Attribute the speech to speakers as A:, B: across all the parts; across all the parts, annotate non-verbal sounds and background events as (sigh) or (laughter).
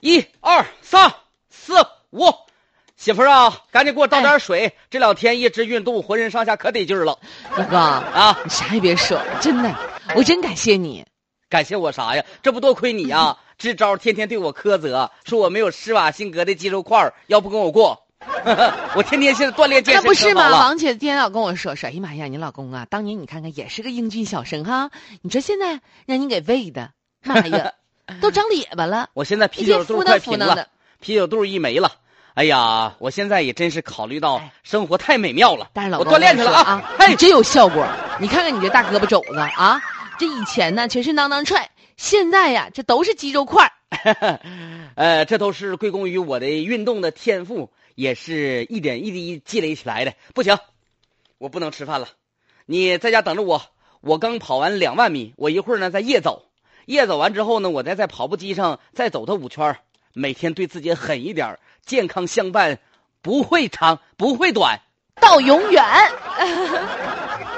A: 一二三四五。媳妇儿啊，赶紧给我倒
B: 哎
A: 点水。这两天一直运动，浑身上下可得劲儿了。
B: 老公啊，
A: 啊，
B: 你啥也别说，真
A: 哎
B: 的，我真感谢你。
A: 感谢我啥呀？这不多亏你呀！支招天天对我苛责，说我没有施瓦辛格的肌肉块儿，要不跟我过。 (laughs) 我天天现在锻炼健
B: 那
A: 身，
B: 不是
A: 可好啊
B: 吗？
A: 了
B: 王姐今天老跟我说说，哎呀妈呀，你老公啊，当年你看看也是个英俊小生哈，你说现在让你给喂的，妈呀，都
A: (laughs)
B: 长咧巴了，
A: 我现在
B: 一
A: 啤
B: 天
A: 酒肚
B: 敷
A: 儿
B: 弄
A: 快
B: 敷
A: 平
B: 弄
A: 了
B: 的，，
A: 啤酒肚儿一没了。哎呀，我现在也真是考虑到
B: 哎
A: 生活太美妙了。
B: 但是老
A: 我
B: 公
A: 锻炼去了
B: 我跟你说啊，
A: 嘿
B: 你，真有效果。你看看你这大胳膊肘子啊，这以前呢全是囊囊踹，现在呀这都是肌肉块儿。
A: 呃，这都是归功于我的运动的天赋，也是一点一滴积累起来的。不行，我不能吃饭了，你在家等着我。我刚跑完两万米，我一会儿呢再夜走，夜走完之后呢，我再在跑步机上再走它五圈儿。每天对自己狠一点儿，健康相伴，不会长，不会短。
B: 到永远。 (laughs)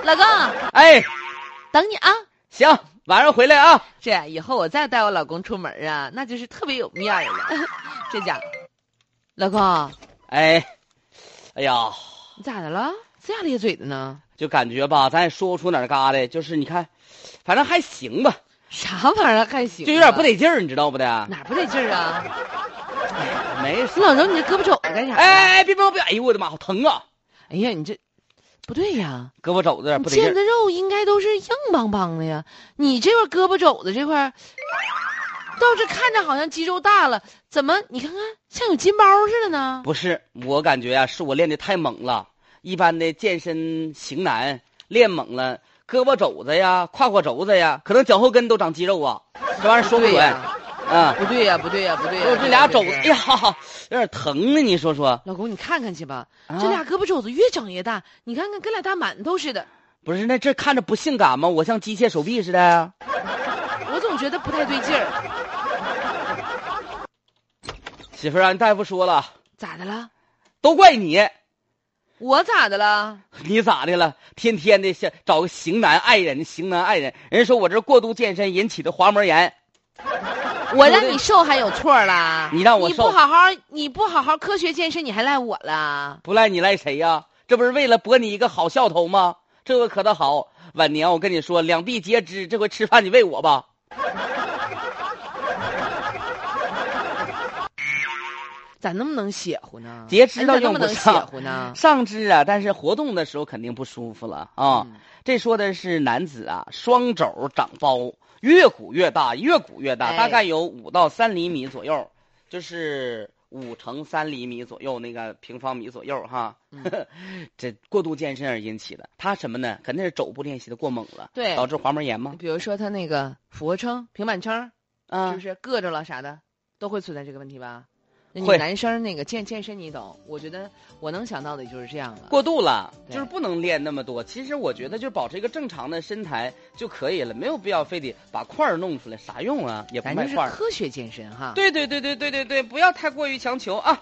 B: 老公，
A: 哎，
B: 等你啊！
A: 行，晚上回来啊。
B: 这以后我再带我老公出门啊，那就是特别有面儿了。这家伙，老公，
A: 哎，哎呀，
B: 你咋的了？龇牙咧嘴的呢？
A: 就感觉吧，咱也说不出哪儿嘎的，就是你看，反正还行吧，
B: 啥玩意儿还行啊？
A: 就有点不得劲儿，你知道不的？
B: 哪儿不得劲儿啊？
A: 没事。
B: 你老揉你这胳膊肘子干啥？
A: 哎哎哎，别别别！哎呦我的妈，好疼啊！
B: 哎呀，你这不对呀！
A: 胳膊肘子有点
B: 你
A: 不得劲
B: 腱
A: 儿。
B: 子肉应该都是硬邦邦的呀，你这块胳膊肘子这块儿，倒是看着好像肌肉大了，怎么你看看像有筋包似的呢？
A: 不是，我感觉啊，是我练的太猛了。一般的健身型男练猛了，胳膊肘子呀、胯骨肘子呀，可能脚后跟都长肌肉啊。这玩意儿说不
B: 对
A: 准
B: 呀
A: 啊。
B: 不对呀、不对呀、不对呀、
A: 我这俩肘子，哎
B: 呀，
A: 呀，有点疼啊呢。你说说，
B: 老公你看看去吧，
A: 啊
B: 这俩胳膊肘子越长越大，你看看跟俩大馒头似的。
A: 不是那这看着不性感吗？我像机械手臂似的。啊
B: 我总觉得不太对劲儿，
A: 媳妇儿啊，你大夫说了，
B: 咋的了？
A: 都怪你，
B: 我咋的了？
A: 你咋的了？天天的想找个型男爱人，型男爱人，人家说我这过度健身引起的滑膜炎。
B: 我让你瘦还有错儿啦？
A: 你让我
B: 你
A: 瘦
B: 不好好，你不好好科学健身，你还赖我了？
A: 不赖你赖谁呀、这不是为了博你一个好笑头吗？这个可倒好，晚年我跟你说，两臂截肢，这回吃饭你喂我吧。
B: 咋那么能邪乎呢？
A: 截肢倒
B: 哎你咋
A: 用
B: 那么
A: 不
B: 能邪
A: 上
B: 乎呢？
A: 上肢啊，但是活动的时候肯定不舒服了啊。
B: 嗯
A: 这说的是男子啊，双肘长包，越鼓越大，越鼓越大，
B: 哎
A: 大概有五到三厘米左右，就是五乘三厘米左右那个平方米左右哈。
B: 嗯
A: (laughs) 这过度健身而引起的，他什么呢？肯定是肘部练习的过猛了，
B: 对
A: 导致滑膜炎吗？
B: 比如说他那个俯卧撑、平板撑，
A: 啊，
B: 是不是硌着了啥的，都会存在这个问题吧？那你
A: 会
B: 男生那个健健身你懂，我觉得我能想到的也就是这样了。
A: 过度了，
B: 对
A: 就是不能练那么多。其实我觉得，就保持一个正常的身材就可以了，没有必要非得把块儿弄出来，啥用啊？也不
B: 咱
A: 卖
B: 就是
A: 块儿。
B: 科学健身哈。
A: 对对对对对对对，不要太过于强求啊。